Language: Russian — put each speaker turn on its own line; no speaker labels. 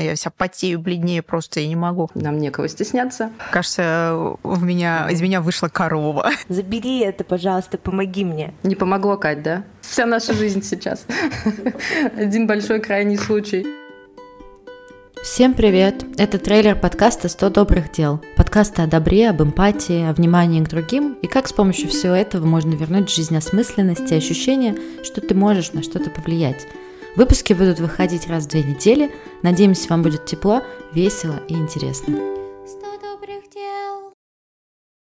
Я вся потею, бледнее просто, я не могу.
Нам некого стесняться.
Кажется, у меня, из меня вышла корова.
Забери это, пожалуйста, помоги мне.
Не помогло, Кать, да? Вся наша жизнь сейчас. Один большой крайний случай.
Всем привет! Это трейлер подкаста «100 добрых дел». Подкаста о добре, об эмпатии, о внимании к другим и как с помощью всего этого можно вернуть в жизнь осмысленность и ощущение, что ты можешь на что-то повлиять. Выпуски будут выходить раз в две недели. Надеемся, вам будет тепло, весело и интересно.